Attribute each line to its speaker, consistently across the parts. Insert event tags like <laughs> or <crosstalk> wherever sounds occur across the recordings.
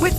Speaker 1: With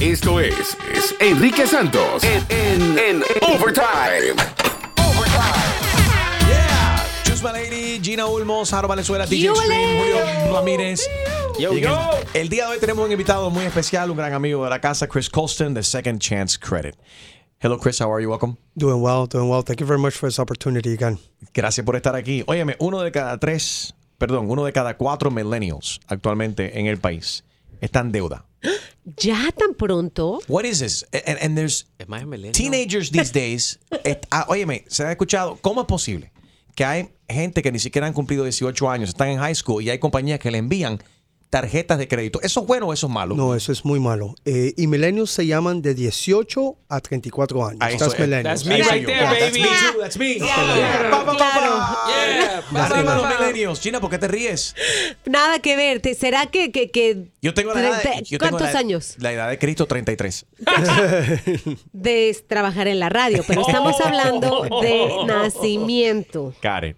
Speaker 2: Esto es, es Enrique Santos en, en, en Overtime.
Speaker 3: Yeah. Just My Lady, Gina Ulmos, Jaro Valenzuela, DJ
Speaker 4: ¡Yule!
Speaker 3: Extreme, Julio Ramírez. Y en el, el día de hoy tenemos un invitado muy especial, un gran amigo de la casa, Chris Colston de Second Chance Credit. Hello Chris, how are you? Welcome.
Speaker 5: Doing well, doing well. Thank you very much for this opportunity again.
Speaker 3: Gracias por estar aquí. Óyeme, uno de cada tres, perdón, uno de cada cuatro millennials actualmente en el país está en deuda.
Speaker 6: ¿Ya tan pronto?
Speaker 3: What is this? And, and there's
Speaker 7: Es más, es millennial.
Speaker 3: teenagers these days.
Speaker 7: <laughs>
Speaker 3: et- ah, óyeme, se ha escuchado, ¿cómo es posible que hay gente que ni siquiera han cumplido 18 años, están en high school y hay compañías que le envían tarjetas de crédito? ¿Eso es bueno o eso es malo?
Speaker 5: No, eso es muy malo. Eh, y millennials se llaman de 18 a 34 años.
Speaker 3: Ah, eso
Speaker 5: That's
Speaker 3: es-
Speaker 5: millennials.
Speaker 3: that's me right there,
Speaker 5: that's
Speaker 7: baby.
Speaker 5: me.
Speaker 7: That's
Speaker 3: That's me.
Speaker 5: Yeah.
Speaker 3: Pa, pa, pa, pa.
Speaker 7: Yeah,
Speaker 3: Arriba
Speaker 5: That's me.
Speaker 3: los millennials. Gina, ¿por qué te ríes?
Speaker 6: Nada que ver. ¿Te- ¿Será que, que, que
Speaker 3: Yo tengo la edad de,
Speaker 6: treinta-
Speaker 3: yo tengo
Speaker 6: ¿Cuántos
Speaker 3: la-
Speaker 6: años?
Speaker 3: La edad de Cristo, 33.
Speaker 6: De trabajar en la radio, pero <laughs> estamos hablando <laughs> de nacimiento.
Speaker 3: Got it.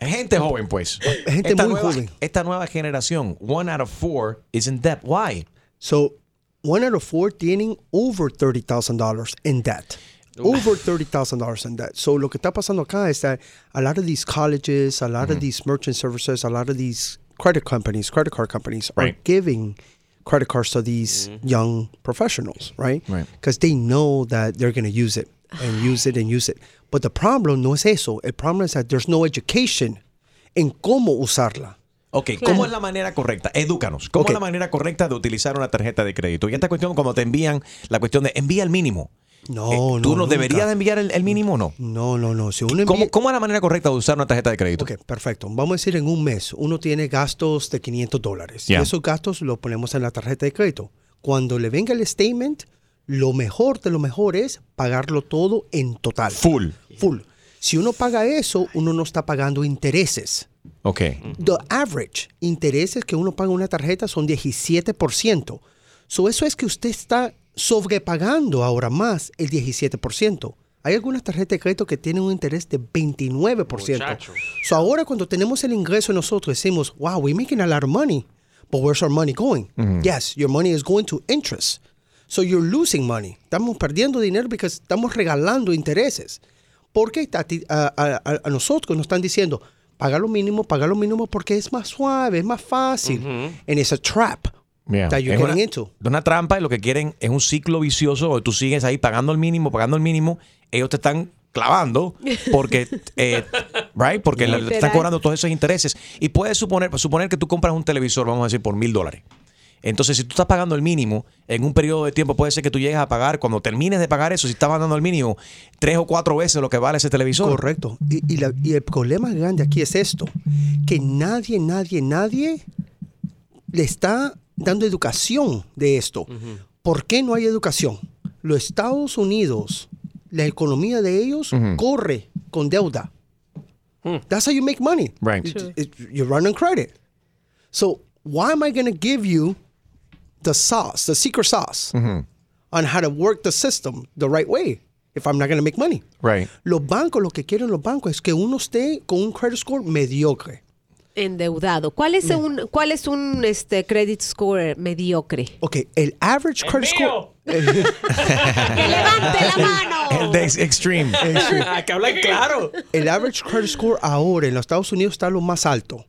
Speaker 3: Gente joven, pues.
Speaker 5: <laughs> Gente muy
Speaker 3: nueva,
Speaker 5: joven.
Speaker 3: Esta nueva generación, one out of four is in debt. Why?
Speaker 5: So, one out of four tienen over $30,000 in debt. Over $30,000 in debt. So, lo que está pasando acá es that a lot of these colleges, a lot
Speaker 3: Mm-hmm.
Speaker 5: of these merchant services, a lot of these credit companies, credit card companies are
Speaker 3: Right. Mm-hmm.
Speaker 5: giving credit cards to these young professionals, right?
Speaker 3: Right.
Speaker 5: Because they know that they're going to use it
Speaker 3: <sighs>
Speaker 5: and use it and use it. But the problem no es eso. El problem is that there's no education en cómo usarla.
Speaker 3: Ok, ¿cómo es la manera correcta? Edúcanos. ¿Cómo
Speaker 5: Ok.
Speaker 3: es la manera correcta de utilizar una tarjeta de crédito? Y esta cuestión, como te envían, la cuestión de envía el mínimo.
Speaker 5: No, Oh, no,
Speaker 3: Eh, ¿Tú no
Speaker 5: nunca. Mm.
Speaker 3: deberías de enviar el, el mínimo o no?
Speaker 5: No, no, no. Si uno
Speaker 3: ¿Cómo,
Speaker 5: envía-
Speaker 3: ¿Cómo es la manera correcta de usar una tarjeta de crédito?
Speaker 5: Ok, perfecto. Vamos a decir en un mes, uno tiene gastos de 500 dólares.
Speaker 3: Ya.
Speaker 5: Y esos gastos los ponemos en la tarjeta de crédito. Cuando le venga el statement, lo mejor de lo mejor es pagarlo todo en total.
Speaker 3: Full.
Speaker 5: Full. Si uno paga eso, uno no está pagando intereses.
Speaker 3: Ok.
Speaker 5: The average intereses que uno paga en una tarjeta son 17%. So eso es que usted está sobrepagando ahora más el 17%. Hay algunas tarjetas de crédito que tienen un interés de 29%. So ahora cuando tenemos el ingreso nosotros decimos, wow, we're making a lot of money, but where's our money going? Yes, your money is going to interest. So you're losing money. Estamos perdiendo dinero porque estamos regalando intereses. Porque a, ti- a- a- a- a nosotros nos están diciendo, paga lo mínimo, paga lo mínimo porque es más suave, es más fácil. And it's a trap
Speaker 3: Yeah.
Speaker 5: that you're
Speaker 3: Es
Speaker 5: getting
Speaker 3: una,
Speaker 5: into.
Speaker 3: una trampa y lo que quieren es un ciclo vicioso donde tú sigues ahí pagando el mínimo, pagando el mínimo. Ellos te están clavando porque, eh, right? porque le- le están
Speaker 6: Literal.
Speaker 3: cobrando todos esos intereses. Y puedes suponer, pues, suponer que tú compras un televisor, vamos a decir, por mil dólares. Entonces, si tú estás pagando el mínimo, en un periodo de tiempo puede ser que tú llegues a pagar, cuando termines de pagar eso, si estás pagando el mínimo, tres o cuatro veces lo que vale ese televisor.
Speaker 5: Correcto. Y, y la- y el problema grande aquí es esto, que nadie, nadie, nadie le está dando educación de esto. ¿Por qué no hay educación? Los Estados Unidos, la economía de ellos corre con deuda. That's how you make money.
Speaker 3: Right.
Speaker 5: It- it- you run on credit. So why am I going to give you the sauce, the secret sauce, on how to work the system the right way if I'm not going to make money?
Speaker 3: Right.
Speaker 5: Los bancos, lo que quieren los bancos es que uno esté con un credit score mediocre.
Speaker 6: Endeudado. ¿Cuál es un, cuál es un este, credit score mediocre?
Speaker 5: Ok, el average credit score.
Speaker 6: <laughs> ¡Que levante la <laughs> mano!
Speaker 3: El de Ex- Extreme.
Speaker 7: <laughs> Hay que hablar claro.
Speaker 5: El average credit score ahora en los Estados Unidos está lo más alto.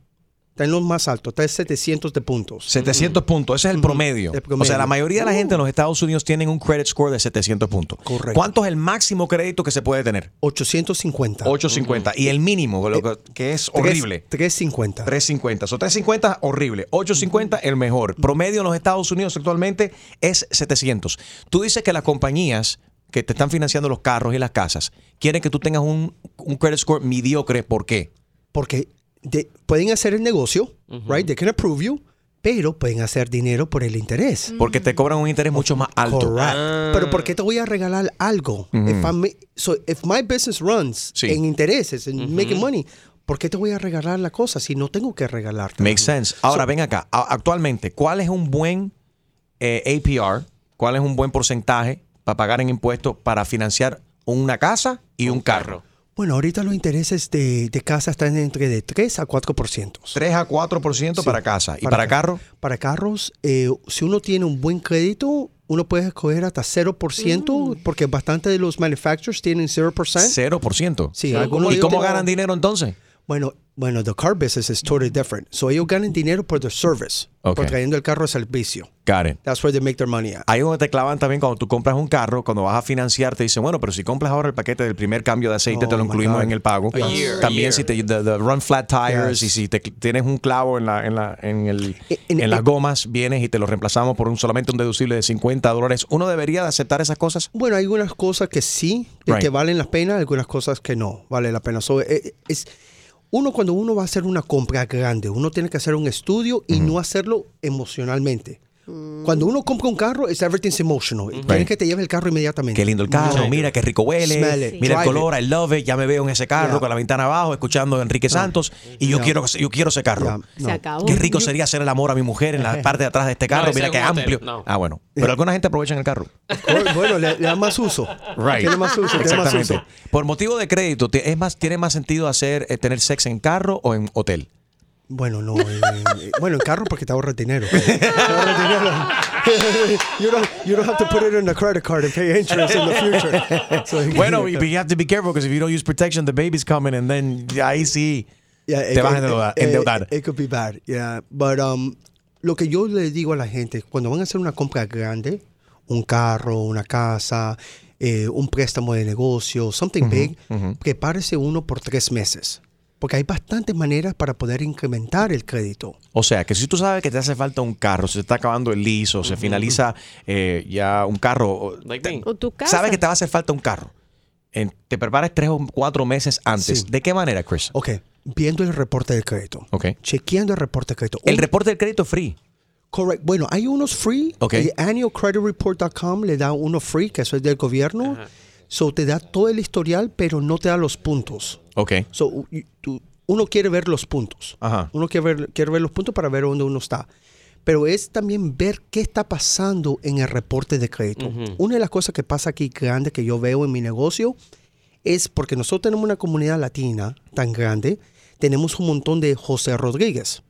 Speaker 5: Está en lo más alto, está en 700 de puntos.
Speaker 3: 700 puntos, ese es el promedio.
Speaker 5: El
Speaker 3: O sea,
Speaker 5: promedio.
Speaker 3: la mayoría de la gente en los Estados Unidos tienen un credit score de 700 puntos.
Speaker 5: Correcto.
Speaker 3: ¿Cuánto es el máximo crédito que se puede tener?
Speaker 5: 850.
Speaker 3: 850. Y el mínimo, lo que, que es
Speaker 5: Eh, Tres-
Speaker 3: horrible.
Speaker 5: 350.
Speaker 3: 350. So, 350, horrible. 850, el mejor. Promedio en los Estados Unidos actualmente es 700. Tú dices que las compañías que te están financiando los carros y las casas quieren que tú tengas un, un credit score mediocre. ¿Por qué?
Speaker 5: Porque de- pueden hacer el negocio, right? They can approve you, pero pueden hacer dinero por el interés.
Speaker 3: Porque te cobran un interés mucho más alto.
Speaker 5: Correct. Pero ¿por qué te voy a regalar algo? if, I'm ma- so if my business runs
Speaker 3: Sí.
Speaker 5: en intereses, en making money, ¿por qué te voy a regalar la cosa si no tengo que regalarte?
Speaker 3: Makes sense. Ahora, ven acá. A- Actualmente, ¿cuál es un buen eh, APR? ¿Cuál es un buen porcentaje para pagar en impuestos para financiar una casa y un, carro?
Speaker 5: Bueno, ahorita los intereses de, de casa están entre de 3 a 4%.
Speaker 3: 3 a 4% para casa. ¿Y para, carro?
Speaker 5: Para carros, eh, si uno tiene un buen crédito, uno puede escoger hasta 0%, porque bastante de los manufacturers tienen 0%.
Speaker 3: 0%.
Speaker 5: Sí, algunos
Speaker 3: ¿Y
Speaker 5: yo
Speaker 3: cómo
Speaker 5: tengo-
Speaker 3: ganan dinero entonces?
Speaker 5: Bueno, bueno, the car business is totally different. So ellos ganan dinero por the service,
Speaker 3: Mm. Okay.
Speaker 5: por trayendo el carro a servicio.
Speaker 3: Karen.
Speaker 5: That's where they make their money at.
Speaker 3: Ahí es donde te clavan también cuando tú compras un carro, cuando vas a financiar, te dicen, bueno, pero si compras ahora el paquete del primer cambio de aceite,
Speaker 5: Oh,
Speaker 3: te lo
Speaker 5: my
Speaker 3: incluimos
Speaker 5: God.
Speaker 3: en el pago.
Speaker 5: A year,
Speaker 3: también si te the, the run flat tires
Speaker 5: Yes.
Speaker 3: y si te cl- tienes un clavo en la, en la, en el,
Speaker 5: Eh, en-
Speaker 3: en las
Speaker 5: eh,
Speaker 3: gomas, vienes y te lo reemplazamos por un solamente un deducible de 50 dólares. ¿Uno debería de aceptar esas cosas?
Speaker 5: Bueno, hay algunas cosas que sí, que-
Speaker 3: Right.
Speaker 5: que valen la pena, algunas cosas que no vale la pena. So, eh, eh, es, uno cuando uno va a hacer una compra grande, uno tiene que hacer un estudio y no hacerlo emocionalmente.
Speaker 6: Mm.
Speaker 5: Cuando uno compra un carro, es everything's emotional. Tienes
Speaker 3: Right.
Speaker 5: que te lleve el carro inmediatamente.
Speaker 3: Qué lindo el carro, mira qué rico
Speaker 5: Smell
Speaker 3: huele,
Speaker 5: it,
Speaker 3: mira el
Speaker 5: drive
Speaker 3: color, I love it, ya me veo en ese carro
Speaker 5: Yeah. Ah.
Speaker 3: con la ventana abajo escuchando a Enrique Santos y yo
Speaker 5: Yeah.
Speaker 3: quiero yo quiero ese carro.
Speaker 5: Ya, no.
Speaker 6: Se acabó.
Speaker 3: Qué rico sería hacer el amor a mi mujer en
Speaker 6: <laughs>
Speaker 3: la parte de atrás de este carro.
Speaker 7: No, ese
Speaker 3: Mira
Speaker 7: es
Speaker 3: qué
Speaker 7: un hotel,
Speaker 3: amplio.
Speaker 7: no.
Speaker 3: Ah, bueno. Pero alguna gente aprovecha en
Speaker 7: <laughs>
Speaker 3: el carro.
Speaker 5: Bueno, Bueno, le, le da más uso. Tiene más uso, tiene más
Speaker 3: Exactamente.
Speaker 5: uso.
Speaker 3: Por motivo de crédito, ¿te- es más, ¿tiene más sentido hacer eh, tener sexo en carro o en hotel?
Speaker 5: Bueno, no. eh, eh, bueno, en carro porque te ahorras dinero. <laughs> Te ahorras dinero. <laughs> you, don't, you don't have to put it in a credit card and pay interest in the future. So,
Speaker 3: <laughs> Bueno, you you have to be careful because if you don't use protection, the baby's coming and then ahí sí
Speaker 5: Yeah,
Speaker 3: te
Speaker 5: it-
Speaker 3: vas a
Speaker 5: it-
Speaker 3: endeudar.
Speaker 5: it-
Speaker 3: endeudar.
Speaker 5: It, could be bad, yeah. But um, lo que yo le digo a la gente, cuando van a hacer una compra grande, un carro, una casa, eh, un préstamo de negocio, something big, prepárese uno por tres meses. Porque hay bastantes maneras para poder incrementar el crédito.
Speaker 3: O sea, que si tú sabes que te hace falta un carro, se te está acabando el liso, se finaliza eh, ya un carro, o-
Speaker 7: Like me.
Speaker 6: O tu casa.
Speaker 3: sabes que te va a hacer falta un carro. En- te preparas tres o cuatro meses antes.
Speaker 5: Sí.
Speaker 3: ¿De qué manera, Chris?
Speaker 5: Ok, viendo el reporte de crédito.
Speaker 3: Ok.
Speaker 5: Chequeando el reporte de crédito.
Speaker 3: El
Speaker 5: Un-
Speaker 3: reporte del crédito es free.
Speaker 5: Correct. Bueno, hay unos free.
Speaker 3: Ok.
Speaker 5: El annualcreditreport.com le da uno free, que eso es del gobierno. So te da todo el historial, pero no te da los puntos.
Speaker 3: Ok.
Speaker 5: So, u- y- tú- uno quiere ver los puntos.
Speaker 3: Ajá.
Speaker 5: Uno quiere ver, quiere ver los puntos para ver dónde uno está. Pero es también ver qué está pasando en el reporte de crédito. Una de las cosas que pasa aquí grande que yo veo en mi negocio es porque nosotros tenemos una comunidad latina tan grande, tenemos un montón de José Rodríguez,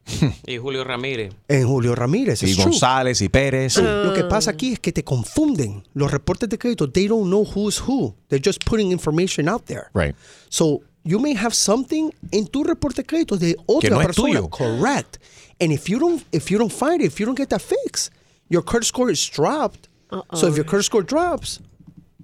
Speaker 7: Y Julio Ramírez.
Speaker 5: en Julio Ramírez.
Speaker 3: Y
Speaker 5: it's true.
Speaker 3: González y Pérez.
Speaker 5: Lo que pasa aquí es que te confunden. Los reportes de crédito, they don't know who's who. They're just putting information out there.
Speaker 3: Right.
Speaker 5: So you may have something in tu reporte de crédito de otra
Speaker 3: no es
Speaker 5: persona.
Speaker 3: tuyo.
Speaker 5: Correct. And if you don't if you don't find it, if you don't get that fixed, your credit score is dropped. So if your credit score drops,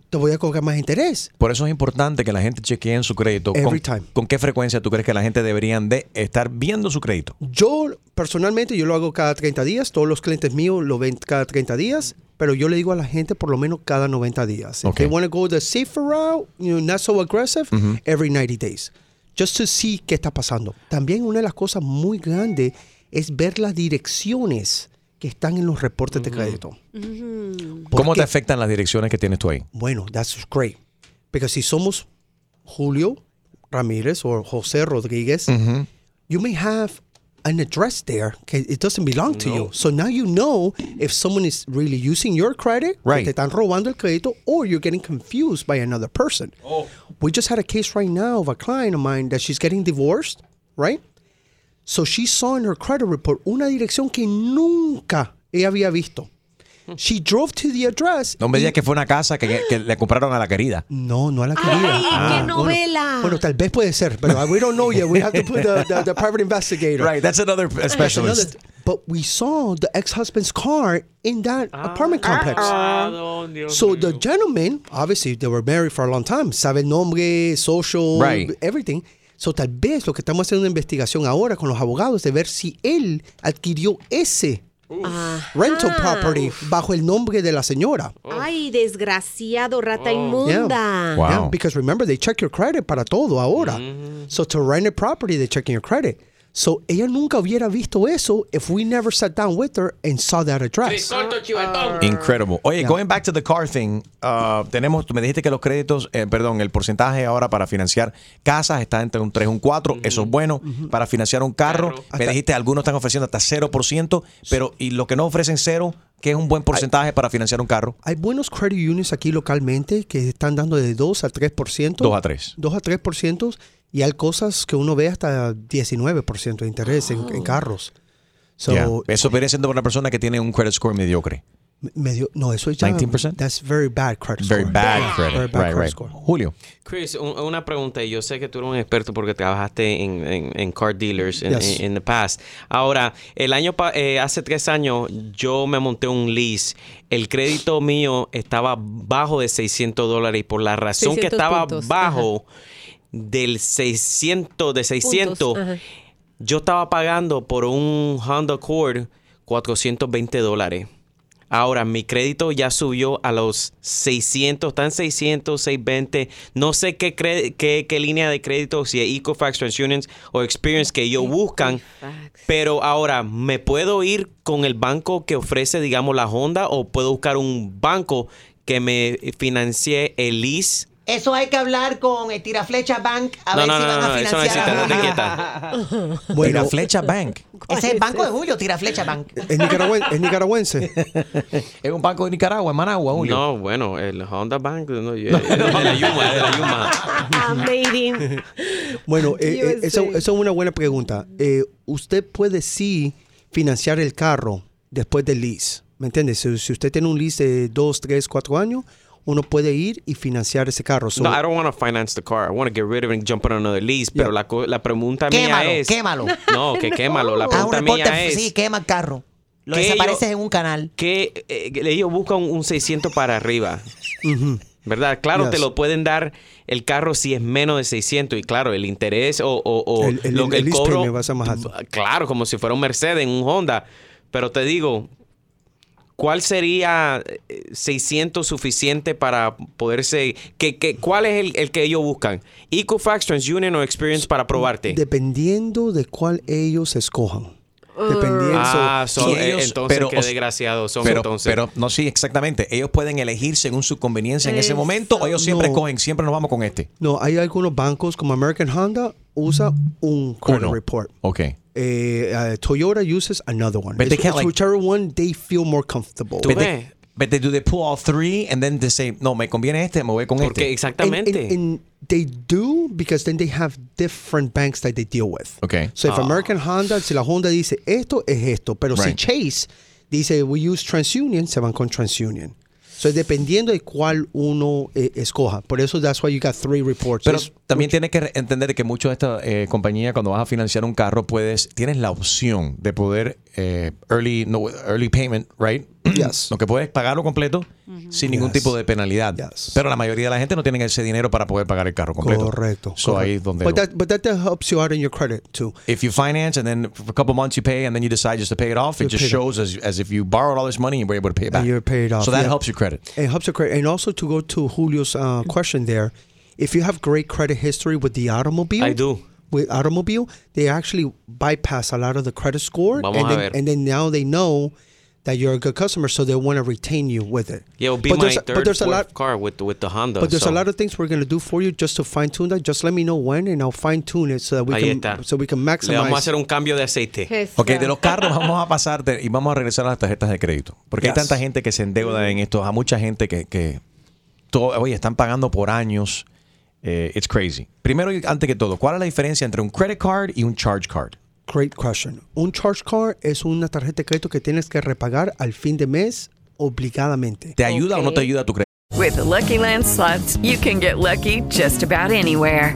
Speaker 5: te voy a cobrar más interés.
Speaker 3: Por eso es importante que la gente chequee en su crédito.
Speaker 5: Every
Speaker 3: ¿Con,
Speaker 5: time.
Speaker 3: ¿Con qué frecuencia tú crees que la gente deberían de estar viendo su crédito?
Speaker 5: Yo personalmente yo lo hago cada 30 días, todos los clientes míos lo ven cada 30 días, pero yo le digo a la gente por lo menos cada 90 días. If
Speaker 3: Okay.
Speaker 5: they want to go the safer route, you know, not so aggressive, every 90 days. Just to see qué está pasando. También una de las cosas muy grandes es ver las direcciones que están en los reportes de crédito. ¿Por
Speaker 3: ¿Cómo
Speaker 5: qué?
Speaker 3: te afectan las direcciones que tienes tú ahí?
Speaker 5: Bueno, that's great. Porque si somos Julio Ramírez o José Rodríguez, you may have an address there que it doesn't belong to you. So now you know if someone is really using your credit, que
Speaker 3: Right.
Speaker 5: te están robando el crédito, or you're getting confused by another person. We just had a case right now of a client of mine that she's getting divorced, right? So she saw in her credit report una dirección que nunca ella había visto. She drove to the address.
Speaker 3: No me
Speaker 5: y-
Speaker 3: digas que fue una casa que, que le compraron a la querida.
Speaker 5: no, no a la querida. Ah,
Speaker 6: ¡Ay, qué novela!
Speaker 5: Bueno, bueno, tal vez puede ser, pero we don't know yet. We have to put the, the, the private investigator.
Speaker 3: Right, that's <laughs> another
Speaker 5: That's another-
Speaker 3: specialist.
Speaker 5: but we saw the ex-husband's car in that apartment complex.
Speaker 7: Oh, Dios
Speaker 5: So the
Speaker 7: mío.
Speaker 5: gentleman, obviously, they were married for a long time. Sabe el nombre, social,
Speaker 3: Right.
Speaker 5: everything. So tal vez lo que estamos haciendo una investigación ahora con los abogados de ver si él adquirió ese rental property bajo el nombre de la señora.
Speaker 6: Ay, desgraciado, rata inmunda.
Speaker 3: Wow. Mm-hmm.
Speaker 5: Yeah, because remember, they check your credit para todo ahora. So to rent a property, they check your credit. So, ella nunca hubiera visto eso if we never sat down with her and saw that address.
Speaker 7: Risotto chivatón.
Speaker 3: Incredible. Oye, going back to the car thing, uh, tenemos, tú me dijiste que los créditos, eh, perdón, el porcentaje ahora para financiar casas está entre un 3 y un 4, eso es bueno. Para financiar un carro,
Speaker 7: Carro.
Speaker 3: me dijiste algunos están ofreciendo hasta 0%, pero y los que no ofrecen cero, que es un buen porcentaje para financiar un carro,
Speaker 5: Hay buenos credit unions aquí localmente que están dando de 2 a 3%.
Speaker 3: 2 a 3.
Speaker 5: 2 a 3% y hay cosas que uno ve hasta 19% de interés en, en carros. So, eh,
Speaker 3: Yeah. Eso viene siendo para una persona que tiene un credit score mediocre.
Speaker 5: medio- no, eso es ya
Speaker 3: 19%?
Speaker 5: That's very bad credit
Speaker 3: Very
Speaker 5: score.
Speaker 3: bad credit.
Speaker 5: Very bad
Speaker 3: Right,
Speaker 5: credit
Speaker 3: right.
Speaker 5: score.
Speaker 3: Julio.
Speaker 7: Chris, un- una pregunta. y Yo sé que tú eres un experto porque trabajaste en, en- en car dealers en
Speaker 5: Yes.
Speaker 7: the past. Ahora, el año pa- eh, hace tres años yo me monté un lease. El crédito mío estaba bajo de 600 dólares y por la razón que
Speaker 6: 600
Speaker 7: estaba
Speaker 6: puntos,
Speaker 7: bajo del 600 de 600
Speaker 6: Puntos, ajá.
Speaker 7: yo estaba pagando por un Honda Accord 420 dólares. Ahora, mi crédito ya subió a los 600, están 600, 620. No sé qué, cre- qué, qué línea de crédito, si es Equifax, TransUnion o Experience que ellos buscan.
Speaker 6: Equifax.
Speaker 7: Pero ahora, ¿me puedo ir con el banco que ofrece, digamos, la Honda o puedo buscar un banco que me financie el lease?
Speaker 8: Eso hay que hablar con eh, Tiraflecha Bank a
Speaker 7: no,
Speaker 8: ver
Speaker 7: no,
Speaker 8: si
Speaker 7: no,
Speaker 8: van
Speaker 7: no,
Speaker 8: a
Speaker 7: no, eso no
Speaker 8: financiar.
Speaker 7: existe,
Speaker 8: a
Speaker 7: no te
Speaker 8: Julio.
Speaker 9: <laughs>
Speaker 7: quieta.
Speaker 3: Bueno,
Speaker 5: Bueno,
Speaker 3: Flecha Bank.
Speaker 8: Ese es el Banco de Julio, Tiraflecha Bank.
Speaker 5: es, nicaragüen- es nicaragüense.
Speaker 3: Es un banco de Nicaragua, en Managua, Julio.
Speaker 7: No, bueno, el Honda Bank,
Speaker 9: <laughs>
Speaker 7: no, yo- es de la Yuma, es de la Yuma.
Speaker 6: Amazing.
Speaker 5: Bueno, eh, eh,
Speaker 6: USA.
Speaker 5: esa, esa es una buena pregunta. Eh, usted puede sí financiar el carro después del lease. ¿Me entiendes? Si, si usted tiene un lease de 2, 3, 4 años, uno puede ir y financiar ese carro. So,
Speaker 7: no, I don't want to finance the car. I want to get rid of it and jump on another lease. Pero
Speaker 5: Yeah.
Speaker 7: la, co- la pregunta
Speaker 8: Quémalo,
Speaker 7: mía es...
Speaker 8: quémalo.
Speaker 7: No, que quémalo.
Speaker 8: <laughs>
Speaker 7: La
Speaker 8: Haz un
Speaker 7: pregunta mía
Speaker 8: reporte,
Speaker 7: es...
Speaker 8: sí, quema el carro. Lo
Speaker 7: Que
Speaker 8: desapareces
Speaker 7: yo-
Speaker 8: en un canal.
Speaker 7: que eh, que ellos buscan un 600 para arriba. ¿Verdad? Claro, te
Speaker 5: Yes.
Speaker 7: lo pueden dar el carro si es menos de 600 y claro, el interés o, o- o
Speaker 5: El- el-
Speaker 7: lo que
Speaker 5: el
Speaker 7: el
Speaker 5: lease
Speaker 7: cobro... mm,
Speaker 5: premium va a ser más alto.
Speaker 7: Claro, como si fuera un Mercedes, un Honda. Pero te digo, ¿cuál sería eh, 600 suficiente para poderse... Que, que- ¿Cuál es el, el que ellos buscan? Equifax, TransUnion o Experience para probarte.
Speaker 5: Dependiendo de cuál ellos escojan. Dependiendo.
Speaker 7: ah, so,
Speaker 3: Y
Speaker 7: eh,
Speaker 3: ellos-
Speaker 7: entonces
Speaker 3: pero,
Speaker 7: qué
Speaker 3: o sea,
Speaker 7: desgraciados son
Speaker 3: pero,
Speaker 7: entonces.
Speaker 3: pero no, sí, exactamente. Ellos pueden elegir según su conveniencia en ese momento o ellos siempre
Speaker 5: No.
Speaker 3: escogen, siempre nos vamos con este.
Speaker 5: No, hay algunos bancos como American Honda usa un credit
Speaker 3: Uno.
Speaker 5: report.
Speaker 3: Ok.
Speaker 5: Eh, uh, Toyota uses another one.
Speaker 3: But they
Speaker 5: It's-
Speaker 3: can't,
Speaker 5: it's
Speaker 3: like-
Speaker 5: whichever one they feel more comfortable.
Speaker 7: Tú
Speaker 3: But
Speaker 7: ves.
Speaker 3: they, but they do they pull all three and then they say, no, me conviene este, me voy con
Speaker 7: Porque
Speaker 3: este.
Speaker 5: And- and-
Speaker 7: exactamente.
Speaker 5: and they do because then they have different banks that they deal with.
Speaker 3: Okay.
Speaker 5: So if American Honda, si la Honda dice esto es esto, pero si
Speaker 3: Right.
Speaker 5: Chase dice we use TransUnion, se van con TransUnion. So dependiendo de cuál uno eh, escoja. Por eso that's why you got three reports.
Speaker 3: Pero
Speaker 5: Es-
Speaker 3: también tienes que re- entender que muchas de estas eh, compañías, cuando vas a financiar un carro, puedes, tienes la opción de poder eh, early, no, early payment, right?
Speaker 5: Yes.
Speaker 3: Lo que puedes pagarlo completo sin ningún
Speaker 5: Yes.
Speaker 3: tipo de penalidad.
Speaker 5: Yes.
Speaker 3: Pero la mayoría de la gente no tiene ese dinero para poder pagar el carro completo.
Speaker 5: correcto. Pues
Speaker 3: So
Speaker 5: correcto.
Speaker 3: ahí es donde.
Speaker 5: But that, but that helps you out in your credit too.
Speaker 3: if you finance and then for a couple months you pay and then you decide just to pay it off, it
Speaker 5: You
Speaker 3: just
Speaker 5: pay it
Speaker 3: shows as, as if you borrowed all this money and were able to pay it back.
Speaker 5: And you pay it off,
Speaker 3: So that
Speaker 5: yeah.
Speaker 3: helps your credit.
Speaker 5: It helps your credit. And also to go to Julio's uh, question there, if you have great credit history with the automobile,
Speaker 7: I do.
Speaker 5: With automobile, they actually bypass a lot of the credit score,
Speaker 7: Vamos
Speaker 5: and
Speaker 7: a
Speaker 5: then,
Speaker 7: ver.
Speaker 5: and then now they know that you're a good customer, so they want to retain you with it.
Speaker 7: Yeah, it'll be
Speaker 5: but
Speaker 7: my
Speaker 5: there's,
Speaker 7: third,
Speaker 5: but there's a
Speaker 7: fourth
Speaker 5: lot.
Speaker 7: car with with the Honda.
Speaker 5: But there's
Speaker 7: so-
Speaker 5: a lot of things we're gonna do for you just to fine tune that. Just let me know when, and I'll fine tune it so that we
Speaker 7: Ahí
Speaker 5: can
Speaker 7: está.
Speaker 5: so we can
Speaker 7: Le vamos a
Speaker 5: maximize.
Speaker 7: hacer un cambio de aceite.
Speaker 3: Ok, de los carros vamos a pasar de- y vamos a regresar a las tarjetas de crédito. Porque hay
Speaker 5: Yes.
Speaker 3: tanta gente que se endeuda en esto, a mucha gente que, que todo, oye, están pagando por años. Eh, it's crazy. Primero y antes que todo, ¿cuál es la diferencia entre un credit card y un charge card?
Speaker 5: Great question. Un charge card es una tarjeta de crédito que tienes que repagar al fin de mes obligadamente.
Speaker 3: ¿Te ayuda o no te
Speaker 6: Ok.
Speaker 3: ayuda tu crédito?
Speaker 1: With the Lucky Land slots, you can get lucky just about anywhere.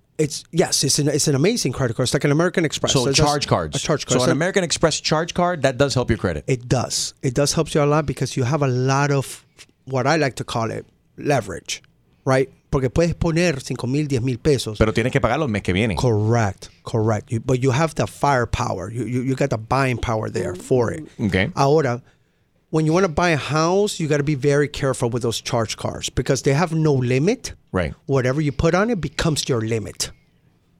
Speaker 5: It's yes, it's an it's an amazing credit card. It's like an American Express.
Speaker 3: So
Speaker 5: it does-
Speaker 3: charge cards.
Speaker 5: A charge
Speaker 3: So
Speaker 5: card.
Speaker 3: an American Express charge card that does help your credit.
Speaker 5: It does. It does help you a lot because you have a lot of what I like to call it leverage, right? Porque puedes poner 5 mil, 10 mil pesos.
Speaker 3: Pero tienes que pagarlo el mes que viene.
Speaker 5: Correct, correct. You, but you have the firepower. You, you you got the buying power there for it.
Speaker 3: Okay.
Speaker 5: Ahora, when you want to buy a house, you got to be very careful with those charge cards because they have no limit.
Speaker 3: Right.
Speaker 5: Whatever you put on it becomes your limit.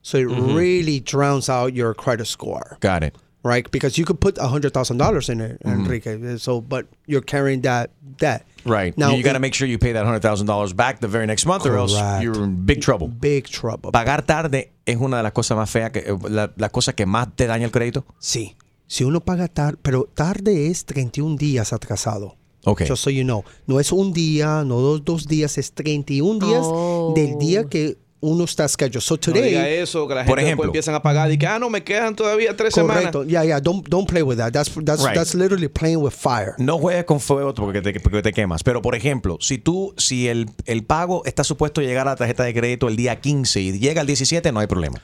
Speaker 5: So it
Speaker 3: Mhm.
Speaker 5: really drowns out your credit score,
Speaker 3: Got it.
Speaker 5: right? Because you could put $100,000 in it,
Speaker 3: Mhm.
Speaker 5: Enrique. So, but you're carrying that debt.
Speaker 3: Right.
Speaker 5: Now,
Speaker 3: Now you got to
Speaker 5: it-
Speaker 3: make sure you pay that hundred thousand dollars back the very next month, or else
Speaker 5: Correct.
Speaker 3: you're in big trouble.
Speaker 5: Big trouble.
Speaker 3: Pagar tarde es una de las cosas más feas, que, eh, la, la cosa que más te daña el crédito.
Speaker 5: Sí. Si uno paga tarde, pero tarde es 31 días atrasado.
Speaker 3: Ok.
Speaker 5: Just so you know. No es un día, no dos, dos días, es 31 días del día que uno está scheduled. So
Speaker 9: No
Speaker 5: today.
Speaker 9: diga eso, que la
Speaker 5: Por
Speaker 9: gente después
Speaker 5: ejemplo.
Speaker 9: empiezan a pagar y que, ah, no, me quedan todavía tres semanas.
Speaker 5: Correcto. Yeah, yeah. Don't, don't play with that. That's, that's,
Speaker 3: Right.
Speaker 5: that's literally playing with fire.
Speaker 3: No juegues con fuego porque te, porque te quemas. Pero, por ejemplo, si tú, si el, el pago está supuesto llegar a la tarjeta de crédito el día 15 y llega el 17, no hay problema.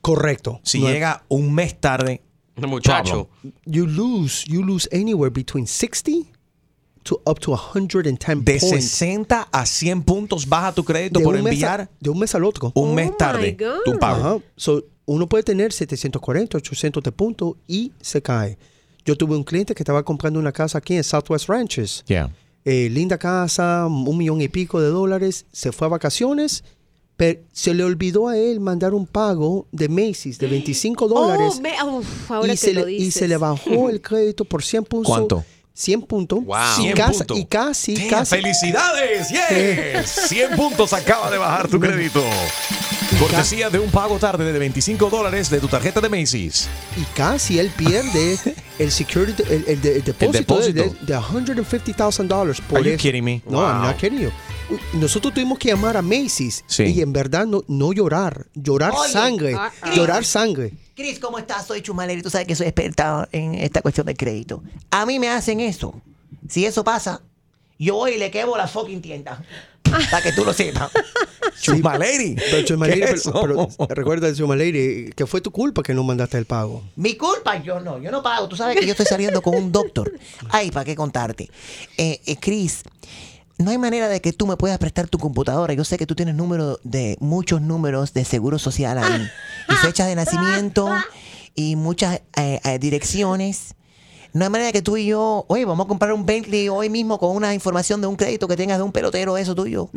Speaker 5: Correcto.
Speaker 3: Si
Speaker 5: No hay-
Speaker 3: llega un mes tarde,
Speaker 7: muchacho.
Speaker 5: You lose, you lose anywhere between 60 to up to 110
Speaker 3: de
Speaker 5: points.
Speaker 3: 60 a 100 puntos baja tu crédito
Speaker 5: De
Speaker 3: por
Speaker 5: un mes a-
Speaker 3: enviar
Speaker 5: de un mes al otro.
Speaker 3: un mes tarde tu pago.
Speaker 5: Ajá. So, uno puede tener 740, 800 de puntos y se cae. Yo tuve un cliente que estaba comprando una casa aquí en Southwest Ranches.
Speaker 3: Yeah.
Speaker 5: Eh, linda casa, un millón y pico de dólares. Se fue a vacaciones, pero se le olvidó a él mandar un pago de Macy's de 25 dólares.
Speaker 6: Oh, me- uf, ahora
Speaker 5: y,
Speaker 6: que
Speaker 5: se
Speaker 6: lo
Speaker 5: le, y
Speaker 6: dices.
Speaker 5: se le bajó el crédito por 100 puntos.
Speaker 3: ¿Cuánto?
Speaker 5: 100 puntos.
Speaker 3: Wow.
Speaker 5: Y,
Speaker 3: 100
Speaker 5: casi,
Speaker 3: puntos.
Speaker 5: y casi,
Speaker 3: Damn,
Speaker 5: casi.
Speaker 3: ¡Felicidades! ¡Yes! 100 puntos acaba de bajar tu crédito. Cortesía de un pago tarde de 25 dólares de tu tarjeta de Macy's.
Speaker 5: y casi él
Speaker 3: <laughs>
Speaker 5: pierde el security el, el de- el depósito, de-
Speaker 3: depósito.
Speaker 5: de, de $150,000 por
Speaker 3: Are you
Speaker 5: eso.
Speaker 3: kidding me?
Speaker 5: No, I'm not kidding you. Nosotros tuvimos que llamar a Macy's
Speaker 3: Sí.
Speaker 5: y en verdad no, no llorar, llorar
Speaker 8: Oye,
Speaker 5: sangre,
Speaker 8: ah, ah.
Speaker 5: llorar sangre.
Speaker 8: Cris, ¿cómo estás? Soy Chumalero y tú sabes que soy experta en esta cuestión de crédito. A mí me hacen eso. Si eso pasa, yo voy y le quebo la
Speaker 5: <laughs>
Speaker 8: fucking tienda. Para que tú lo sepas.
Speaker 3: Chuma Lady.
Speaker 5: Pero, Chuma
Speaker 3: ¿Qué
Speaker 5: Lady,
Speaker 3: es
Speaker 5: pero-
Speaker 3: eso?
Speaker 5: pero recuerda, Chuma Lady, que fue tu culpa que no mandaste el pago.
Speaker 8: Mi culpa, yo no, yo no pago. Tú sabes que yo estoy saliendo con un doctor. Ay, ¿para qué contarte? Eh, eh, Cris, no hay manera de que tú me puedas prestar tu computadora. Yo sé que tú tienes número de muchos números de seguro social
Speaker 6: <laughs>
Speaker 8: ahí. Y fechas de nacimiento y muchas eh, eh, direcciones. No hay manera de que tú y yo, oye, vamos a comprar un Bentley hoy mismo con una información de un crédito que tengas de un pelotero, eso tuyo.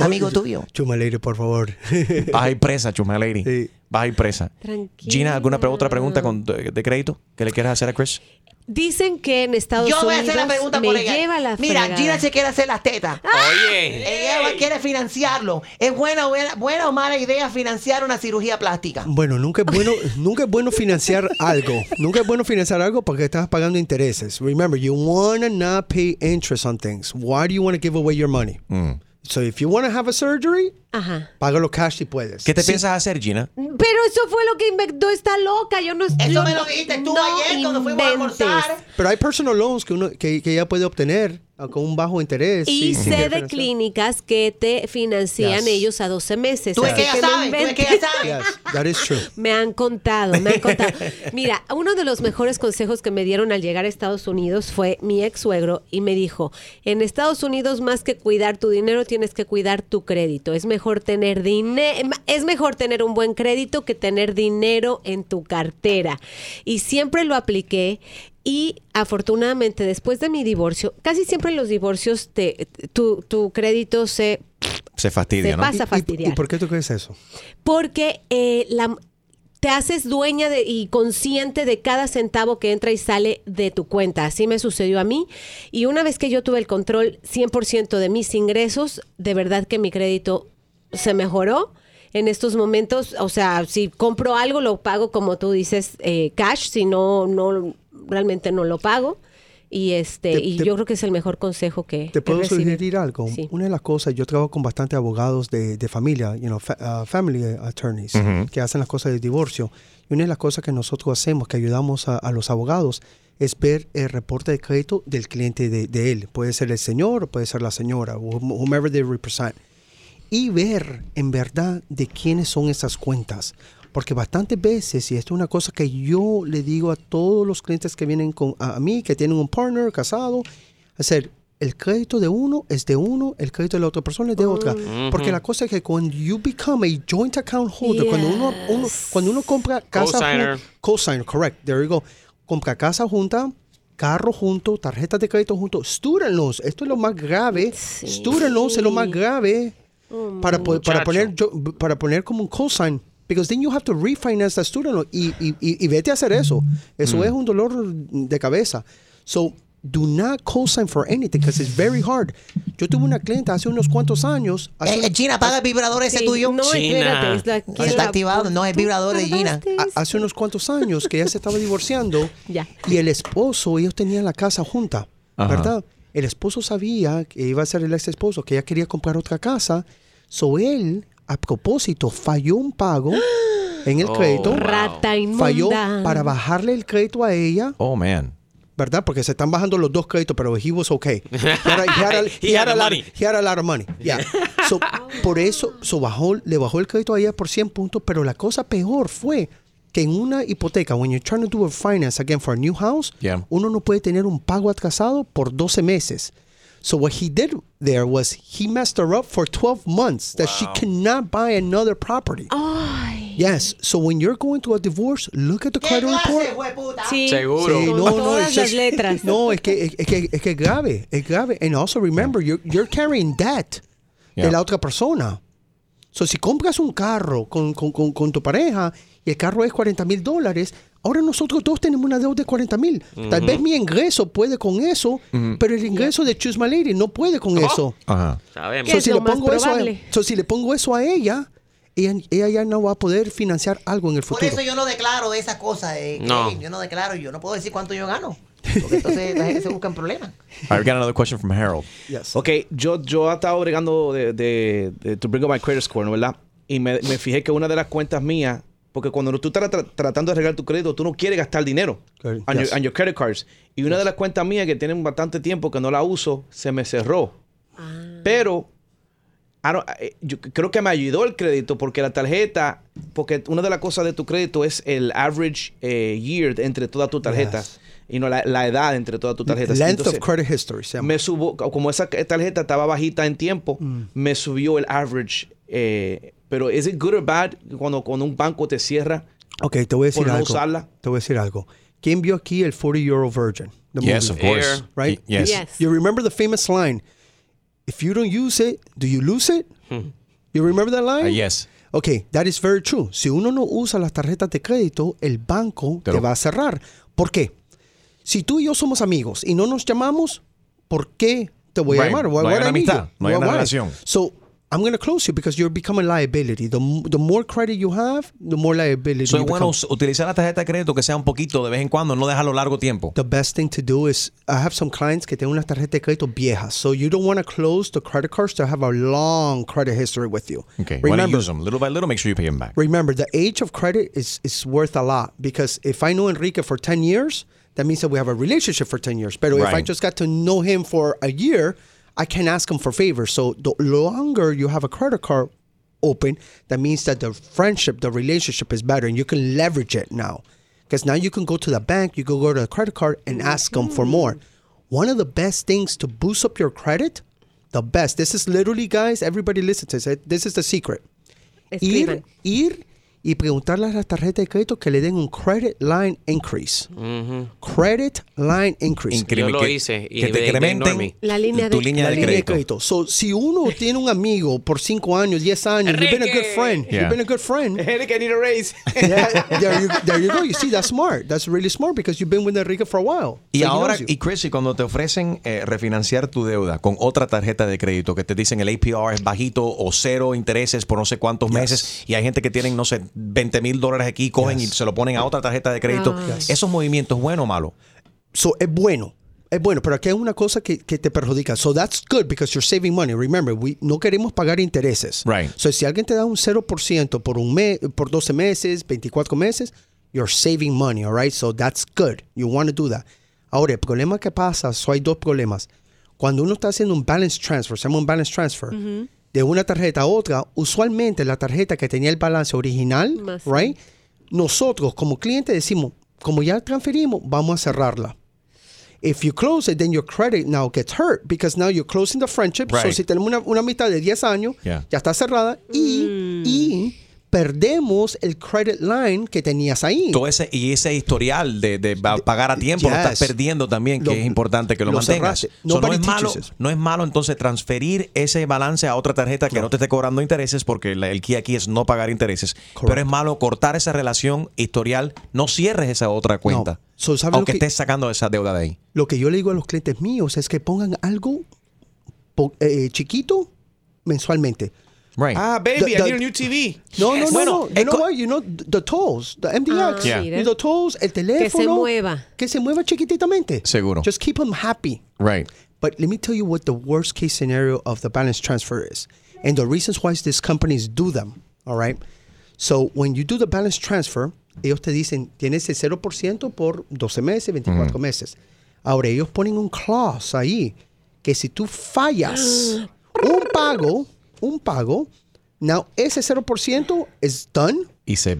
Speaker 8: Amigo tuyo.
Speaker 5: Chuma Lady, por favor.
Speaker 3: <laughs> Vas a ir presa, Chuma Lady. Vas a ir presa.
Speaker 6: Tranquila.
Speaker 3: Gina, ¿alguna pre- otra pregunta con, de, de crédito que le quieras hacer a Chris?
Speaker 6: Dicen que en Estados
Speaker 8: Yo
Speaker 6: Unidos
Speaker 8: voy a hacer la pregunta
Speaker 6: me
Speaker 8: por ella.
Speaker 6: lleva la
Speaker 8: Mira,
Speaker 6: fregada.
Speaker 8: Gina se quiere hacer las tetas.
Speaker 7: Oye.
Speaker 8: Ella quiere financiarlo. ¿Es buena, buena, buena o mala idea financiar una cirugía plástica?
Speaker 5: Bueno, nunca es
Speaker 6: <laughs>
Speaker 5: bueno, nunca es bueno financiar algo. Nunca es bueno financiar algo porque estás pagando intereses. Remember, you wanna not pay interest on things. Why do you want to give away your money?
Speaker 3: Mm.
Speaker 5: So if you want to have a surgery,
Speaker 6: Ajá.
Speaker 5: págalo cash si puedes.
Speaker 3: ¿Qué te
Speaker 5: Sí.
Speaker 3: piensas hacer, Gina?
Speaker 6: Pero eso fue lo que inventó esta loca. Yo no
Speaker 8: Eso
Speaker 6: yo
Speaker 8: me
Speaker 6: no-
Speaker 8: lo dijiste tú
Speaker 6: no
Speaker 8: ayer cuando fuimos a
Speaker 6: inventes.
Speaker 8: almorzar.
Speaker 5: Pero hay personal loans que uno que, que ella puede obtener ah, con un bajo interés. sin-
Speaker 6: Y
Speaker 5: sin
Speaker 6: sé de
Speaker 5: diferencia.
Speaker 6: clínicas que te financian
Speaker 5: Yes.
Speaker 6: ellos a 12 meses.
Speaker 8: Tú es
Speaker 6: así
Speaker 8: que ya
Speaker 6: no
Speaker 8: sabes, tú es que
Speaker 6: inventes.
Speaker 8: ya sabes.
Speaker 5: Yes, that is true.
Speaker 6: Me han contado, me han contado. Mira, uno de los mejores consejos que me dieron al llegar a Estados Unidos fue mi ex suegro y me dijo, en Estados Unidos más que cuidar tu dinero tienes que cuidar tu crédito. Es mejor tener dinero, es mejor tener un buen crédito que tener dinero en tu cartera. Y siempre lo apliqué. Y afortunadamente después de mi divorcio, casi siempre en los divorcios te, tu, tu crédito se
Speaker 3: Se fastidia,
Speaker 6: Se
Speaker 3: ¿no?
Speaker 6: pasa.
Speaker 5: ¿Y- y-
Speaker 6: fastidiar.
Speaker 5: ¿Y por qué tú crees eso?
Speaker 6: porque eh, la- te haces dueña de- y consciente de cada centavo que entra y sale de tu cuenta. Así me sucedió a mí. Y una vez que yo tuve el control 100% de mis ingresos, de verdad que mi crédito se mejoró. En estos momentos, o sea, si compro algo, lo pago como tú dices, eh, cash. Si no, no, realmente no lo pago. Y este,
Speaker 5: Te-
Speaker 6: y
Speaker 5: te-
Speaker 6: yo creo que es el mejor consejo que
Speaker 5: ¿Te
Speaker 6: he
Speaker 5: puedo
Speaker 6: recibido.
Speaker 5: sugerir algo?
Speaker 6: Sí.
Speaker 5: Una de las cosas, yo trabajo con bastantes abogados de, de familia, you know, fa- uh, family attorneys,
Speaker 10: Ujú.
Speaker 5: que hacen las cosas de divorcio. Y una de las cosas que nosotros hacemos, que ayudamos a, a los abogados, es ver el reporte de crédito del cliente de, de él. Puede ser el señor, o puede ser la señora, o whom- whomever they represent. y ver en verdad de quiénes son esas cuentas. Porque bastantes veces, y esto es una cosa que yo le digo a todos los clientes que vienen con, a, a mí, que tienen un partner casado, hacer el crédito de uno es de uno, el crédito de la otra persona es de otra. Porque la cosa es que cuando you become a joint account holder, cuando, uno, uno- cuando uno compra casa
Speaker 7: Co-signer.
Speaker 5: jun- co-signer, correct, there you go. Compra casa junta, carro junto, tarjetas de crédito junto, student loans, esto es lo más grave. Student loans es lo más grave para, po- para,
Speaker 10: Muchacho.
Speaker 5: poner, jo- para poner como un cosign. Because then you have to refinance the student loan. Y, y, y, y vete a hacer eso. Eso
Speaker 10: Mm.
Speaker 5: es un dolor de cabeza. So, do not cosign for anything because it's very hard. Yo tuve una clienta hace unos cuantos años. hace-
Speaker 8: Eh, eh, Gina, apaga el vibrador ese Sí, tuyo. no, Gina. espérate, es la- quiero
Speaker 5: Está
Speaker 8: la-
Speaker 5: activado, no es
Speaker 8: Tú
Speaker 5: vibrador de Gina. Ha- Hace unos cuantos años que ella se estaba divorciando y el esposo, ellos tenían la casa junta.
Speaker 10: Ajá.
Speaker 5: ¿verdad? El esposo sabía que iba a ser el ex esposo, que ella quería comprar otra casa. So él, a propósito, falló un pago en el
Speaker 3: Oh,
Speaker 5: crédito.
Speaker 3: wow.
Speaker 6: Rata inmunda.
Speaker 5: Falló para bajarle el crédito a ella.
Speaker 3: Oh, man.
Speaker 5: ¿Verdad? Porque se están bajando los dos créditos, pero he was
Speaker 3: <laughs>
Speaker 5: okay. He had a, he had a-
Speaker 3: He
Speaker 5: he
Speaker 3: had
Speaker 5: had a
Speaker 3: the
Speaker 5: lot-
Speaker 3: money.
Speaker 5: he had a lot of money.
Speaker 3: <laughs>
Speaker 5: Yeah. So, por eso so bajó, le bajó el crédito a ella por 100 puntos, pero la cosa peor fue que en una hipoteca, when you're trying to do a finance again for a new house,
Speaker 3: Yeah.
Speaker 5: uno no puede tener un pago atrasado por 12 meses. So what he did there was he messed her up for 12 months that she cannot buy another property. Yes. So when you're going to a divorce, look at the credit report.
Speaker 6: Sí.
Speaker 5: Sí,
Speaker 6: Con
Speaker 5: no, no,
Speaker 6: todas
Speaker 5: es-
Speaker 6: las
Speaker 5: es- <laughs>
Speaker 6: letras.
Speaker 5: No, es que es, es que es que es grave, es grave. And also remember, you're, you're carrying debt de la otra persona. So, si compras un carro con, con- con- con tu pareja y el carro es 40 mil dólares, ahora nosotros dos tenemos una deuda de 40 mil. Tal
Speaker 10: Ujú.
Speaker 5: vez mi ingreso puede con eso,
Speaker 10: Ujú.
Speaker 5: pero el ingreso de Choose My Lady no puede con eso.
Speaker 3: Ajá.
Speaker 5: So,
Speaker 7: Sabemos.
Speaker 5: si le pongo eso a- so, si le pongo eso a ella, ella, ella ya no va a poder financiar algo en el
Speaker 8: Por
Speaker 5: futuro.
Speaker 8: eso yo no declaro de esas cosas. eh,
Speaker 5: No.
Speaker 8: que Yo no declaro, yo no puedo decir cuánto yo gano. Porque entonces la gente se busca en problemas.
Speaker 3: I've got another question from Harold.
Speaker 9: Ok, yo, yo he estado bregando de, de, de- to bring up my credit score, ¿no? ¿verdad? Y me, me fijé que una de las cuentas mías, porque cuando tú estás tra- tratando de arreglar tu crédito, tú no quieres gastar dinero
Speaker 5: Claro,
Speaker 9: on,
Speaker 5: yes.
Speaker 9: your, on your credit cards. Y una de las cuentas mías que tienen bastante tiempo que no la uso, se me cerró.
Speaker 8: Ah.
Speaker 9: Pero I don't- eh, yo creo que me ayudó el crédito porque la tarjeta, porque una de las cosas de tu crédito es el average eh, year entre todas tus tarjetas. Y no la, la edad entre todas tus tarjetas.
Speaker 5: Length
Speaker 9: Entonces,
Speaker 5: of credit history. se llama.
Speaker 9: me subo, como esa tarjeta estaba bajita en tiempo,
Speaker 8: Mm.
Speaker 5: Mm.
Speaker 9: me subió el average. eh, pero ¿es it good or bad cuando, cuando un banco te cierra?
Speaker 5: Ok, te voy a decir
Speaker 9: Por no
Speaker 5: algo.
Speaker 9: usarla.
Speaker 5: Te voy a decir algo. ¿Quién vio aquí el 40 Year Old Virgin? The
Speaker 3: Yes,
Speaker 5: movie?
Speaker 3: of course. Air.
Speaker 5: Right?
Speaker 3: Y- yes. Yes.
Speaker 5: You remember the famous line, if you don't use it, do you lose it?
Speaker 9: Hmm.
Speaker 5: You remember that line?
Speaker 3: Uh, yes.
Speaker 5: Ok, that is very true. Si uno no usa las tarjetas de crédito, el banco te va a cerrar. ¿Por qué? Si tú y yo somos amigos y no nos llamamos, ¿por qué te voy a
Speaker 3: Right.
Speaker 5: llamar?
Speaker 3: No hay
Speaker 5: Why
Speaker 3: una
Speaker 5: I need
Speaker 3: amistad,
Speaker 5: you?
Speaker 3: no hay una
Speaker 5: Why- why?
Speaker 3: relación.
Speaker 5: So I'm going to close you because you're becoming liability. The, m- the more credit you have, the more liability
Speaker 3: So
Speaker 5: you
Speaker 3: es bueno
Speaker 5: become.
Speaker 3: us- utilizar la tarjeta de crédito que sea un poquito de vez en cuando, no dejarlo largo tiempo.
Speaker 5: The best thing to do is I have some clients que tienen una tarjeta de crédito vieja. So you don't want to close the credit cards that have a long credit history with you.
Speaker 3: Okay. When you
Speaker 5: Remember,
Speaker 9: 'em
Speaker 3: use them, little by little, make sure you pay them back.
Speaker 5: remember the age of credit is is worth a lot because if I know Enrique for 10 years, that means that we have a relationship for 10 years. But if I
Speaker 3: Right.
Speaker 5: just got to know him for a year, I can ask him for favors. So the longer you have a credit card open, that means that the friendship, the relationship is better and you can leverage it now. Because now you can go to the bank, you can go to the credit card and ask them for more. One of the best things to boost up your credit, the best. This is literally, guys, everybody listen to this. This is the secret.
Speaker 6: Escriban.
Speaker 5: Ir, ir y preguntarle a las tarjetas de crédito que le den un credit line increase. Credit line increase.
Speaker 7: Yo lo hice y
Speaker 3: que
Speaker 7: they-
Speaker 3: te
Speaker 7: they
Speaker 3: incrementen
Speaker 7: ignore me.
Speaker 6: La línea
Speaker 3: tu
Speaker 6: de-
Speaker 3: línea
Speaker 5: La
Speaker 3: de
Speaker 5: línea de
Speaker 3: crédito.
Speaker 5: crédito. So,
Speaker 3: <laughs>
Speaker 5: si uno tiene un amigo por 5 años, 10 años, you've been a good friend.
Speaker 3: <laughs> Yeah.
Speaker 5: You've been a good friend.
Speaker 9: Enrique, I need a raise.
Speaker 5: Yeah, there, you, there you go. You see, that's smart. That's really smart because you've been with Enrique for a while.
Speaker 3: Y
Speaker 5: So he
Speaker 3: ahora,
Speaker 5: knows you.
Speaker 3: y Chris, y cuando te ofrecen eh, refinanciar tu deuda con otra tarjeta de crédito que te dicen el APR es bajito o cero intereses por no sé cuántos meses, y hay gente que tienen, no sé, 20 mil dólares aquí, cogen y se lo ponen a otra tarjeta de crédito,
Speaker 5: Ah. Yes.
Speaker 3: ¿esos movimientos bueno o malo?
Speaker 5: So, es bueno. Es bueno, pero aquí hay una cosa que, que te perjudica. So that's good because you're saving money. Remember, we, no queremos pagar intereses. Right. So si alguien te da un 0% por un mes, por 12 meses, 24 meses, you're saving money, all right? So that's good. You want to do that. Ahora, el problema que pasa, so hay dos problemas. Cuando uno está haciendo un balance transfer, se llama un balance transfer, de una tarjeta a otra, usualmente la tarjeta que tenía el balance original,
Speaker 6: Más.
Speaker 5: right, nosotros como cliente decimos, como ya transferimos, vamos a cerrarla. If you close it, then your credit now gets hurt because now you're closing the friendship. So
Speaker 10: Right.
Speaker 5: si tenemos una, una amistad de 10 años,
Speaker 10: Yeah.
Speaker 5: ya está cerrada y, y perdemos el credit line que tenías ahí.
Speaker 3: Todo ese, y ese historial de, de pa- pagar a tiempo lo
Speaker 5: Yes.
Speaker 3: estás perdiendo también, que
Speaker 5: Lo-
Speaker 3: es importante que lo,
Speaker 5: lo
Speaker 3: mantengas.
Speaker 5: cerraste.
Speaker 3: So, no,
Speaker 5: Nobody
Speaker 3: es malo,
Speaker 5: teaches
Speaker 3: no es malo entonces transferir ese balance a otra tarjeta que no, te esté cobrando intereses, porque la- el key aquí es no pagar intereses. Pero es malo cortar esa relación historial, no cierres esa otra cuenta,
Speaker 5: So, ¿sabe lo
Speaker 3: aunque
Speaker 5: que-
Speaker 3: estés sacando esa deuda de ahí.
Speaker 5: Lo que yo le digo a los clientes míos es que pongan algo po- eh, chiquito mensualmente.
Speaker 3: Right.
Speaker 9: Ah, baby,
Speaker 5: The-
Speaker 9: I
Speaker 5: the-
Speaker 9: need a new TV.
Speaker 5: No,
Speaker 9: Yes.
Speaker 5: no,
Speaker 9: Bueno,
Speaker 5: no, no. You know what? You know, the tolls, the MDX,
Speaker 6: Ah, Yeah. mira.
Speaker 5: the tolls, el teléfono.
Speaker 6: mueva.
Speaker 5: Que se mueva chiquititamente.
Speaker 3: Seguro.
Speaker 5: Just keep them happy.
Speaker 3: Right.
Speaker 5: But let me tell you what the worst case scenario of the balance transfer is, and the reasons why these companies do them. All right. So when you do the balance transfer, ellos te dicen tienes el 0% por 12 meses, 24 meses. Ahora ellos ponen un clause ahí que si tú fallas un pago, un pago, now ese 0% is done,
Speaker 3: Y se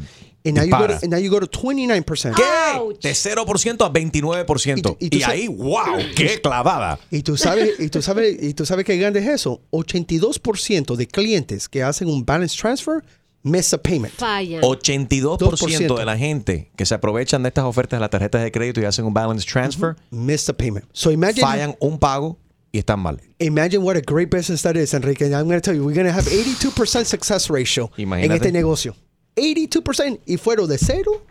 Speaker 5: and now you go to,
Speaker 3: dispara.
Speaker 5: and now you go to 29%.
Speaker 3: ¿Qué? De 0% a 29%. Y,
Speaker 5: y tú sa-
Speaker 3: ahí, wow, qué clavada.
Speaker 5: Y tú sabes, y tú sabes, y tú sabes qué grande es eso. 82% de clientes que hacen un balance transfer miss a payment.
Speaker 6: Falla.
Speaker 3: 82% de
Speaker 5: 2%.
Speaker 3: la gente que se aprovechan de estas ofertas de las tarjetas de crédito y hacen un balance transfer
Speaker 5: miss the payment. So imagine
Speaker 3: fallan un pago y están mal.
Speaker 5: Imagine what a great business that is, Enrique. I'm going to tell you, we're going to have 82% success ratio en
Speaker 3: Imagínate.
Speaker 5: este negocio. 82% y fueron de 0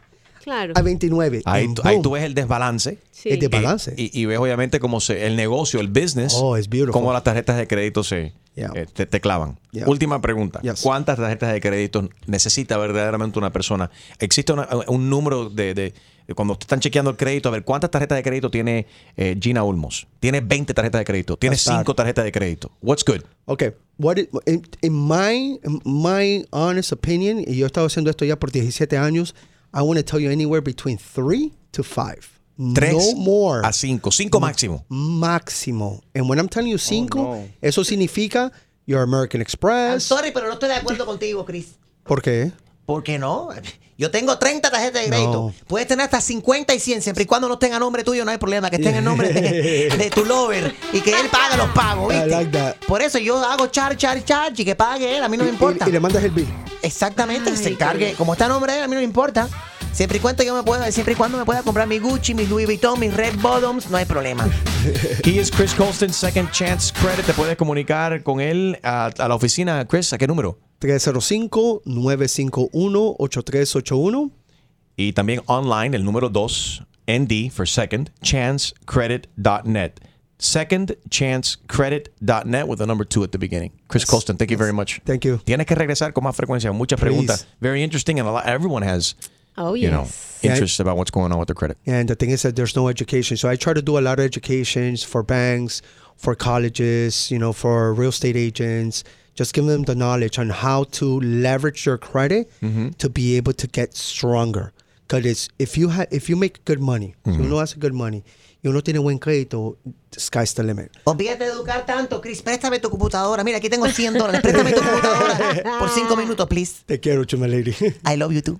Speaker 6: Claro.
Speaker 5: a 29.
Speaker 3: Ahí,
Speaker 5: And
Speaker 3: tú- ahí
Speaker 5: boom.
Speaker 3: tú ves el desbalance.
Speaker 6: Sí. El
Speaker 5: desbalance.
Speaker 3: Eh, y, y ves obviamente cómo se- el negocio, el business,
Speaker 5: Oh, it's beautiful.
Speaker 3: cómo las tarjetas de crédito se
Speaker 5: Yeah.
Speaker 3: eh, te, te clavan.
Speaker 5: Yeah.
Speaker 3: Última pregunta. ¿Cuántas tarjetas de crédito necesita verdaderamente una persona? ¿Existe una- un número de, de- de cuando te están chequeando el crédito, a ver cuántas tarjetas de crédito tiene eh, Gina Ulmos? Tiene 20 tarjetas de crédito, tiene
Speaker 5: That's bad.
Speaker 3: 5 tarjetas de crédito. What's good?
Speaker 5: Okay, what it- in, in my in my honest opinion, y yo he estado haciendo esto ya por 17 años, I want to tell you anywhere between 3 to 5.
Speaker 3: 3
Speaker 5: no more.
Speaker 3: a 5, 5 máximo.
Speaker 5: Máximo. And when I'm telling you 5, eso significa your American Express.
Speaker 8: Sorry, pero no estoy de
Speaker 6: <laughs>
Speaker 8: acuerdo contigo, Chris.
Speaker 5: ¿Por qué?
Speaker 8: ¿Por qué no? Yo tengo 30 tarjetas de
Speaker 5: No.
Speaker 8: crédito. Puedes tener hasta 50 y 100, siempre y cuando no tenga nombre tuyo, no hay problema. Que estén en nombre
Speaker 5: <laughs>
Speaker 8: de, de tu lover y que él pague los pagos,
Speaker 5: I
Speaker 8: ¿viste?
Speaker 5: like that.
Speaker 8: Por eso yo hago char, char, char y que pague él, a mí no me importa.
Speaker 5: Y, y le mandas el bill.
Speaker 8: Exactamente, que se encargue. Como está a nombre de él, a mí no me importa. Siempre y cuando yo me pueda, siempre y cuando me pueda comprar mi Gucci, mis Louis Vuitton, mis Red Bottoms, no hay problema.
Speaker 3: He is Chris Colston, Second Chance Credit. Te puedes comunicar con él a, a la oficina. Chris, ¿a qué número?
Speaker 5: 305-951-8381.
Speaker 3: Y también online, el número 2, ND, for Second Chance Credit.net. Second Chance Credit.net with the number 2 at the beginning. Chris Colston, thank you very much.
Speaker 5: Thank you.
Speaker 3: Tienes que regresar con más frecuencia. Muchas preguntas. Very interesting, and a lot, everyone has,
Speaker 6: Oh,
Speaker 3: you know,
Speaker 6: yes.
Speaker 5: Yeah, I-
Speaker 3: interest about what's going on with their credit.
Speaker 5: And the thing is that there's no education. So I try to do a lot of educations for banks, for colleges, you know, for real estate agents. Just give them the knowledge on how to leverage your credit to be able to get stronger. Because if you ha- if you make good money, si uno hace good money, y uno tiene buen crédito, the sky's the limit.
Speaker 8: Olvídate de educar tanto, Chris. Préstame tu computadora. Mira, aquí tengo 100 dólares. Préstame tu computadora por 5 minutos, please.
Speaker 5: Te quiero, chuma lady. <laughs>
Speaker 8: I love you too.